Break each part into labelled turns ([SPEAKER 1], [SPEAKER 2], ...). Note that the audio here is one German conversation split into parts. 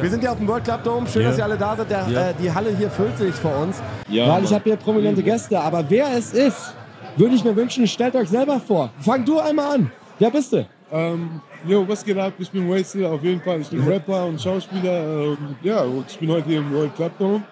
[SPEAKER 1] Wir sind ja auf dem World Club Dome. Schön,
[SPEAKER 2] Ja.
[SPEAKER 1] dass ihr alle da seid. Der,
[SPEAKER 2] Ja.
[SPEAKER 1] äh, die Halle hier füllt sich vor uns.
[SPEAKER 2] Ja,
[SPEAKER 1] weil ich
[SPEAKER 2] Mann.
[SPEAKER 1] habe hier prominente Gäste. Aber wer es ist, würde ich mir wünschen, stellt euch selber vor. Fang du einmal an. Wer bist du?
[SPEAKER 2] Ähm, jo, was geht ab? Ich bin Wastel, auf jeden Fall. Ich bin Rapper und Schauspieler. Ähm, ja, und ich bin heute hier im World Club Dome.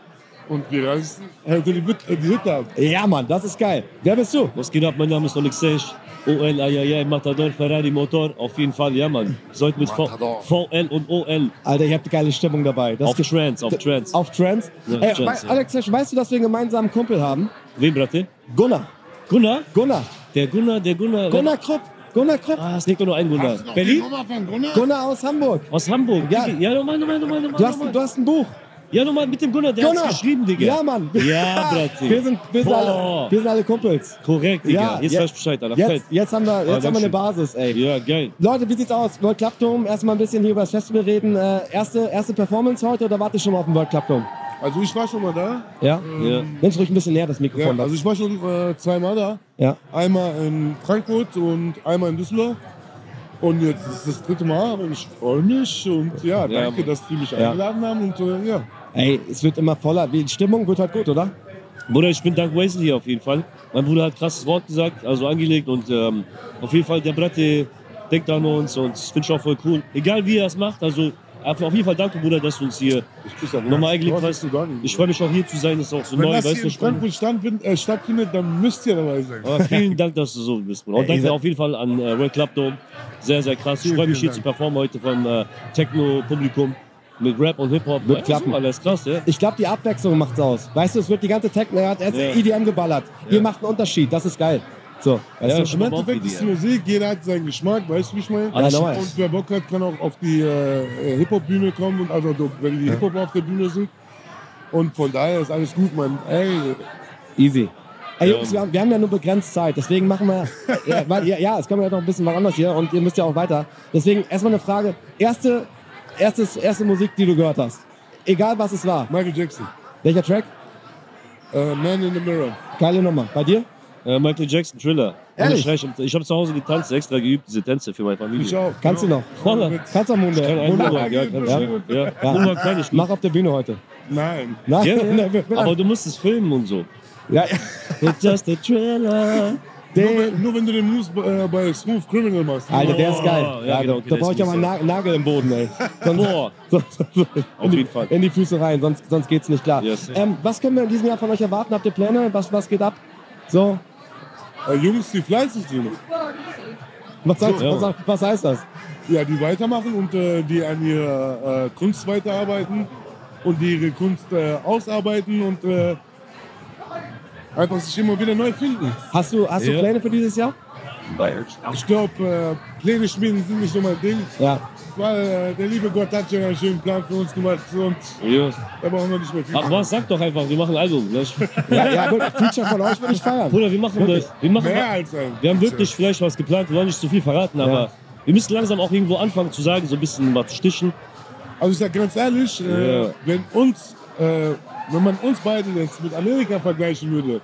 [SPEAKER 2] Und wir reisen heute die, Hüt- äh, die Hütte ab.
[SPEAKER 1] Ja, Mann, das ist geil. Wer bist du?
[SPEAKER 3] Was geht ab? Mein Name ist Alexej. OL, Ayayay, Matador, Ferrari, Motor. Auf jeden Fall, ja, Mann. Seid mit v VL und OL
[SPEAKER 1] Alter, ihr habt eine geile Stimmung dabei. Das
[SPEAKER 3] auf
[SPEAKER 1] geht-
[SPEAKER 3] Trends, auf Trends.
[SPEAKER 1] Auf Trends?
[SPEAKER 3] Ja,
[SPEAKER 1] Ey,
[SPEAKER 3] Trends,
[SPEAKER 1] wei-
[SPEAKER 3] ja.
[SPEAKER 1] Alex, weißt du, dass wir einen gemeinsamen Kumpel haben?
[SPEAKER 3] Wen, Bratte?
[SPEAKER 1] Gunnar.
[SPEAKER 3] Gunnar?
[SPEAKER 1] Gunnar.
[SPEAKER 3] Der Gunnar, der Gunnar.
[SPEAKER 1] Gunnar Krupp. Gunnar Krupp.
[SPEAKER 3] Ah, es liegt doch nur ein Gunnar. Berlin?
[SPEAKER 1] Gunnar aus Hamburg.
[SPEAKER 3] Aus Hamburg.
[SPEAKER 1] Ja.
[SPEAKER 3] Ja, ja nochmal, nochmal, nochmal, nochmal.
[SPEAKER 1] Du hast,
[SPEAKER 3] nochmal.
[SPEAKER 1] du hast ein Buch.
[SPEAKER 3] Ja, nochmal mit dem Gunnar, der
[SPEAKER 1] Gunnar.
[SPEAKER 3] hat's geschrieben, Digga.
[SPEAKER 1] Ja, Mann.
[SPEAKER 3] Ja, Bratte.
[SPEAKER 1] Wir sind, wir sind,
[SPEAKER 3] Boah.
[SPEAKER 1] alle, wir sind alle Kumpels.
[SPEAKER 3] Korrekt, Digga.
[SPEAKER 1] Ja,
[SPEAKER 3] jetzt
[SPEAKER 1] ja.
[SPEAKER 3] weißt du Bescheid, Alter.
[SPEAKER 1] Jetzt,
[SPEAKER 3] Fett.
[SPEAKER 1] jetzt haben wir, jetzt
[SPEAKER 3] danke
[SPEAKER 1] haben wir eine
[SPEAKER 3] schön.
[SPEAKER 1] Basis, ey.
[SPEAKER 3] Ja, geil.
[SPEAKER 1] Leute, wie sieht's aus? World Club Dome, erstmal ein bisschen hier über das Festival reden. Äh, erste, erste Performance heute oder warte ich schon mal auf den World Club Dome?
[SPEAKER 2] Also ich war schon mal da.
[SPEAKER 1] Ja?
[SPEAKER 3] Ja.
[SPEAKER 1] Nimm's ruhig ein bisschen näher, das
[SPEAKER 2] Ja,
[SPEAKER 1] Mikrofon.
[SPEAKER 2] also ich war schon äh, zweimal da.
[SPEAKER 1] ja.
[SPEAKER 2] Einmal in Frankfurt und einmal in Düsseldorf. Und jetzt ist das dritte Mal und ich freue mich. Und ja,
[SPEAKER 3] Ja,
[SPEAKER 2] danke,
[SPEAKER 3] Mann.
[SPEAKER 2] dass die mich
[SPEAKER 1] Ja.
[SPEAKER 2] eingeladen haben. Und äh, ja,
[SPEAKER 1] Ey, es wird immer voller. Wie, die Stimmung wird heute gut, oder?
[SPEAKER 3] Bruder, ich bin dank Wesley hier auf jeden Fall. Mein Bruder hat krasses Wort gesagt, also angelegt und ähm, auf jeden Fall der Bratte denkt an uns und das finde ich auch voll cool. Egal wie er es macht, also auf auf jeden Fall danke Bruder, dass du uns hier
[SPEAKER 2] ich küsse dein
[SPEAKER 3] nochmal
[SPEAKER 2] Herz.
[SPEAKER 3] eingelegt
[SPEAKER 2] Du
[SPEAKER 3] hast.
[SPEAKER 2] hast. gar nicht.
[SPEAKER 3] Ich freue mich auch hier zu sein, das ist auch so
[SPEAKER 2] Wenn
[SPEAKER 3] neu,
[SPEAKER 2] das
[SPEAKER 3] weißt
[SPEAKER 2] hier
[SPEAKER 3] du?
[SPEAKER 2] in Frankfurt stattfind, äh, stattfindet, dann müsst ihr dabei sein.
[SPEAKER 3] Aber vielen Dank, dass du so bist, Bruder.
[SPEAKER 1] Ey,
[SPEAKER 3] Und
[SPEAKER 1] ihr seid-
[SPEAKER 3] danke auf jeden Fall an äh, World Club Dome. Sehr, sehr krass. Ich
[SPEAKER 2] Vielen,
[SPEAKER 3] freue mich
[SPEAKER 2] vielen
[SPEAKER 3] hier zu performen heute vom äh, Techno-Publikum mit Rap und Hip-Hop.
[SPEAKER 1] Wird
[SPEAKER 3] Ey,
[SPEAKER 1] klappen.
[SPEAKER 3] Alles krass, ja?
[SPEAKER 1] Ich glaube, die Abwechslung macht's aus. Weißt du, es wird die ganze Techno, er hat erst
[SPEAKER 3] Ja.
[SPEAKER 1] EDM geballert. Ihr macht einen Unterschied, das ist geil. So, weißt
[SPEAKER 3] Ja,
[SPEAKER 1] du?
[SPEAKER 3] schon
[SPEAKER 2] Im
[SPEAKER 3] mal auf
[SPEAKER 2] Endeffekt
[SPEAKER 3] die
[SPEAKER 2] ist
[SPEAKER 3] Idee.
[SPEAKER 2] Musik, jeder hat seinen Geschmack, weißt du, wie ich meine?
[SPEAKER 1] Ja, normal.
[SPEAKER 2] Und wer Bock hat, kann auch auf die äh, Hip-Hop-Bühne kommen, und also do- wenn die Hip-Hop auf der Bühne sind. Und von daher ist alles gut, man. Ey,
[SPEAKER 1] Easy. Ey, Jungs, wir haben, wir haben ja nur begrenzt Zeit, deswegen machen wir. ja, weil, ja, ja, es kommen ja noch ein bisschen was anderes hier und ihr müsst ja auch weiter. Deswegen erstmal eine Frage. Erste, erstes, erste Musik, die du gehört hast. Egal was es war.
[SPEAKER 2] Michael Jackson,
[SPEAKER 1] Welcher Track?
[SPEAKER 2] äh, Man in the Mirror.
[SPEAKER 1] Geile Nummer. Bei dir?
[SPEAKER 3] Äh, Michael Jackson, Thriller.
[SPEAKER 1] Ehrlich?
[SPEAKER 3] Ich, ich habe zu Hause getanzt, extra geübt, diese Tänze für meine Familie.
[SPEAKER 2] Ich auch.
[SPEAKER 1] Kannst
[SPEAKER 2] genau.
[SPEAKER 1] du noch?
[SPEAKER 3] Voller.
[SPEAKER 1] Kannst du am Munde.
[SPEAKER 3] Kann ein
[SPEAKER 1] Munde.
[SPEAKER 3] Nummer, ja, kann ich. Ja, Nummer kann ich.
[SPEAKER 1] Mach auf der Bühne heute.
[SPEAKER 2] Nein.
[SPEAKER 1] Na,
[SPEAKER 3] Ja,
[SPEAKER 1] na,
[SPEAKER 3] ja.
[SPEAKER 1] wir- wir-
[SPEAKER 3] Aber du musst es filmen und so.
[SPEAKER 1] ja, ja.
[SPEAKER 3] It's just a trailer.
[SPEAKER 2] Nur, wenn- nur wenn du den Move äh, bei Smooth Criminal machst.
[SPEAKER 1] Alter, der ist geil.
[SPEAKER 3] Oh, ja,
[SPEAKER 1] ja, da
[SPEAKER 3] genau, okay,
[SPEAKER 1] brauche ich ja
[SPEAKER 3] das
[SPEAKER 1] mal einen
[SPEAKER 3] muss
[SPEAKER 1] Na- Nagel im Boden, ey. Sonst,
[SPEAKER 3] Boah,
[SPEAKER 1] sonst,
[SPEAKER 3] auf jeden Fall.
[SPEAKER 1] in die Füße rein, sonst, sonst geht's nicht klar.
[SPEAKER 3] Yes.
[SPEAKER 1] Ähm, was können wir in diesem Jahr von euch erwarten? Habt ihr Pläne? Was, was geht ab? So,
[SPEAKER 2] Äh, Jungs, die fleißig sind.
[SPEAKER 1] was, heißt,
[SPEAKER 3] ja.
[SPEAKER 1] was, was heißt das?
[SPEAKER 2] Ja, die weitermachen und äh, die an ihrer äh, Kunst weiterarbeiten und die ihre Kunst äh, ausarbeiten und äh, einfach sich immer wieder neu finden.
[SPEAKER 1] Hast du, hast du
[SPEAKER 3] Ja.
[SPEAKER 1] Pläne für dieses Jahr?
[SPEAKER 2] Ich glaube, äh, Pläne schmieden sind nicht so mein Ding,
[SPEAKER 1] Ja.
[SPEAKER 2] weil äh, der liebe Gott hat schon einen schönen Plan für uns gemacht und
[SPEAKER 3] Ja.
[SPEAKER 2] da brauchen wir nicht mehr viel.
[SPEAKER 3] Ach was, sag doch einfach, wir machen ein Album. ne?
[SPEAKER 1] Ja, ja, gut. Feature von euch würde ich feiern.
[SPEAKER 3] Bruder, wir machen das. Wir, machen,
[SPEAKER 2] Mehr als ein.
[SPEAKER 3] wir haben wirklich vielleicht was geplant, wir wollen nicht zu viel verraten, aber wir müssen langsam auch irgendwo anfangen zu sagen, so ein bisschen mal zu stichen.
[SPEAKER 2] Also ich sag ganz ehrlich, äh,
[SPEAKER 3] Ja.
[SPEAKER 2] wenn uns, äh, wenn man uns beiden jetzt mit Amerika vergleichen würde,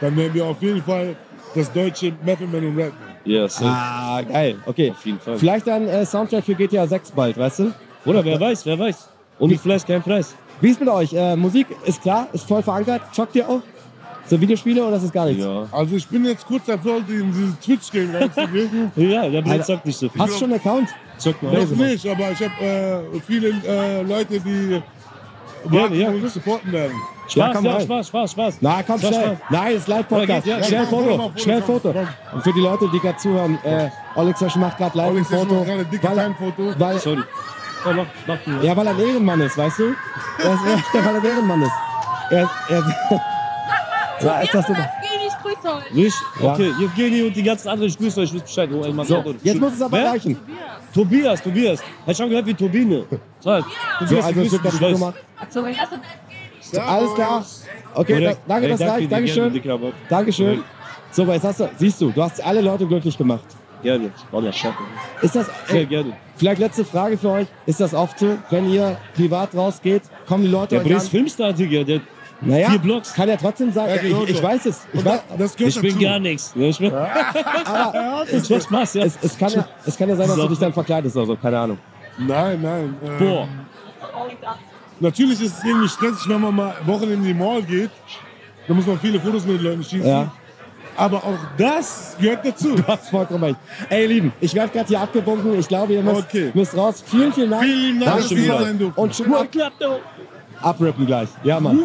[SPEAKER 2] dann wären wir auf jeden Fall das deutsche Method Man und Redman.
[SPEAKER 3] Ja, so.
[SPEAKER 1] Ah, geil. Okay.
[SPEAKER 3] Auf jeden Fall.
[SPEAKER 1] Vielleicht ein äh, Soundtrack für GTA 6 bald, weißt du?
[SPEAKER 3] Bruder, wer weiß, wer weiß. Ohne Fleiß kein Preis.
[SPEAKER 1] Wie ist mit euch? Äh, Musik ist klar, ist voll verankert. Schockt ihr auch? So Videospiele oder ist es gar nichts?
[SPEAKER 3] Ja.
[SPEAKER 2] Also ich bin jetzt kurz davor, in dieses Twitch-Game reinzugehen.
[SPEAKER 3] Ja, der Blitz
[SPEAKER 1] Alter,
[SPEAKER 3] sagt nicht so viel.
[SPEAKER 1] Hast du schon einen Account?
[SPEAKER 3] Zock mal.
[SPEAKER 2] Noch nicht, aber ich habe äh, viele äh, Leute, die warten
[SPEAKER 3] ja.
[SPEAKER 2] und supporten werden.
[SPEAKER 1] Ja,
[SPEAKER 3] Spaß,
[SPEAKER 1] komm
[SPEAKER 3] ja,
[SPEAKER 1] rein.
[SPEAKER 3] Spaß, Spaß, Spaß.
[SPEAKER 1] Na, komm
[SPEAKER 3] Spaß,
[SPEAKER 1] schnell.
[SPEAKER 3] Spaß.
[SPEAKER 1] Nein, das ist
[SPEAKER 3] Ja,
[SPEAKER 1] Live-Podcast.
[SPEAKER 3] geht, ja,
[SPEAKER 1] schnell
[SPEAKER 2] komm,
[SPEAKER 1] Foto.
[SPEAKER 2] komm, komm, komm,
[SPEAKER 1] schnell
[SPEAKER 2] komm,
[SPEAKER 1] Foto.
[SPEAKER 2] komm.
[SPEAKER 1] Und für die Leute, die gerade zuhören, äh, Oleg Session macht gerade live
[SPEAKER 2] Oleg
[SPEAKER 1] ein
[SPEAKER 2] Session
[SPEAKER 1] Foto.
[SPEAKER 2] macht gerade dicke
[SPEAKER 1] weil,
[SPEAKER 2] Time-Foto.
[SPEAKER 1] Weil,
[SPEAKER 3] Sorry. Komm, mach, mach du.
[SPEAKER 1] ja, weil er ein Ehrenmann ist, weißt du? Er ist, er, weil er ein Ehrenmann ist. Er, er, ja, ist das so.
[SPEAKER 4] Ich grüße euch.
[SPEAKER 3] Nicht?
[SPEAKER 1] Ja.
[SPEAKER 3] Okay, Evgeny und die ganzen anderen, ich grüße euch, ich wüsste Bescheid. Oh, Elmar,
[SPEAKER 1] So,
[SPEAKER 3] Gordon.
[SPEAKER 1] jetzt muss es aber
[SPEAKER 3] Wer?
[SPEAKER 1] reichen.
[SPEAKER 3] Tobias, Tobias. Hab Ich habe gehört wie Turbine. Sag, Tobias,
[SPEAKER 1] So, also
[SPEAKER 3] ich
[SPEAKER 1] es wird
[SPEAKER 3] grüße dich,
[SPEAKER 1] gerade
[SPEAKER 3] ich weiß.
[SPEAKER 1] gemacht.
[SPEAKER 4] Sorry.
[SPEAKER 1] Alles klar. Okay, da,
[SPEAKER 3] Korrekt.
[SPEAKER 1] danke,
[SPEAKER 3] Ey,
[SPEAKER 1] das
[SPEAKER 3] danke
[SPEAKER 1] reicht.
[SPEAKER 3] dir,
[SPEAKER 1] Dankeschön.
[SPEAKER 3] gerne, Dicker, aber-
[SPEAKER 1] Dankeschön. So, aber jetzt hast du, siehst du, du hast alle Leute glücklich gemacht.
[SPEAKER 3] Gerne. Oh, der Schatten.
[SPEAKER 1] Ist das,
[SPEAKER 3] Sehr
[SPEAKER 1] ey,
[SPEAKER 3] gerne.
[SPEAKER 1] vielleicht letzte Frage für euch. Ist das oft so, wenn ihr privat rausgeht, kommen die Leute
[SPEAKER 3] Der
[SPEAKER 1] euch
[SPEAKER 3] Brie
[SPEAKER 1] an?
[SPEAKER 3] ist Filmstar, Digga. Der,
[SPEAKER 1] Naja,
[SPEAKER 3] Vier Blocks.
[SPEAKER 1] kann ja trotzdem sein.
[SPEAKER 2] Ja, genau
[SPEAKER 1] ich, ich
[SPEAKER 2] so.
[SPEAKER 1] weiß es. Ich
[SPEAKER 2] Und
[SPEAKER 1] weiß,
[SPEAKER 2] da, das gehört
[SPEAKER 3] ich bin
[SPEAKER 2] dazu.
[SPEAKER 3] gar nichts. Ja, ich bin, das war Spaß, ja.
[SPEAKER 1] es, es, kann ja, es kann ja sein, dass du dich dann verkleidest oder so. Keine Ahnung.
[SPEAKER 2] Nein, nein. Äh,
[SPEAKER 3] Boah,
[SPEAKER 2] Natürlich ist es irgendwie stressig, wenn man mal Wochenende in die Mall geht. Da muss man viele Fotos mit den Leuten schießen.
[SPEAKER 1] Ja.
[SPEAKER 2] Aber auch das gehört dazu.
[SPEAKER 1] Du hast vollkommen recht. Ey, ihr Lieben, ich werde gerade hier abgewunken. Ich glaube, ihr müsst,
[SPEAKER 2] Okay.
[SPEAKER 1] müsst raus. Vielen, vielen Dank.
[SPEAKER 2] Vielen lieben Dank, dass wir hier
[SPEAKER 1] Dankeschön.
[SPEAKER 2] sein durften.
[SPEAKER 1] Und schön ab,
[SPEAKER 3] klappt doch.
[SPEAKER 1] abrippen gleich. Ja, Mann.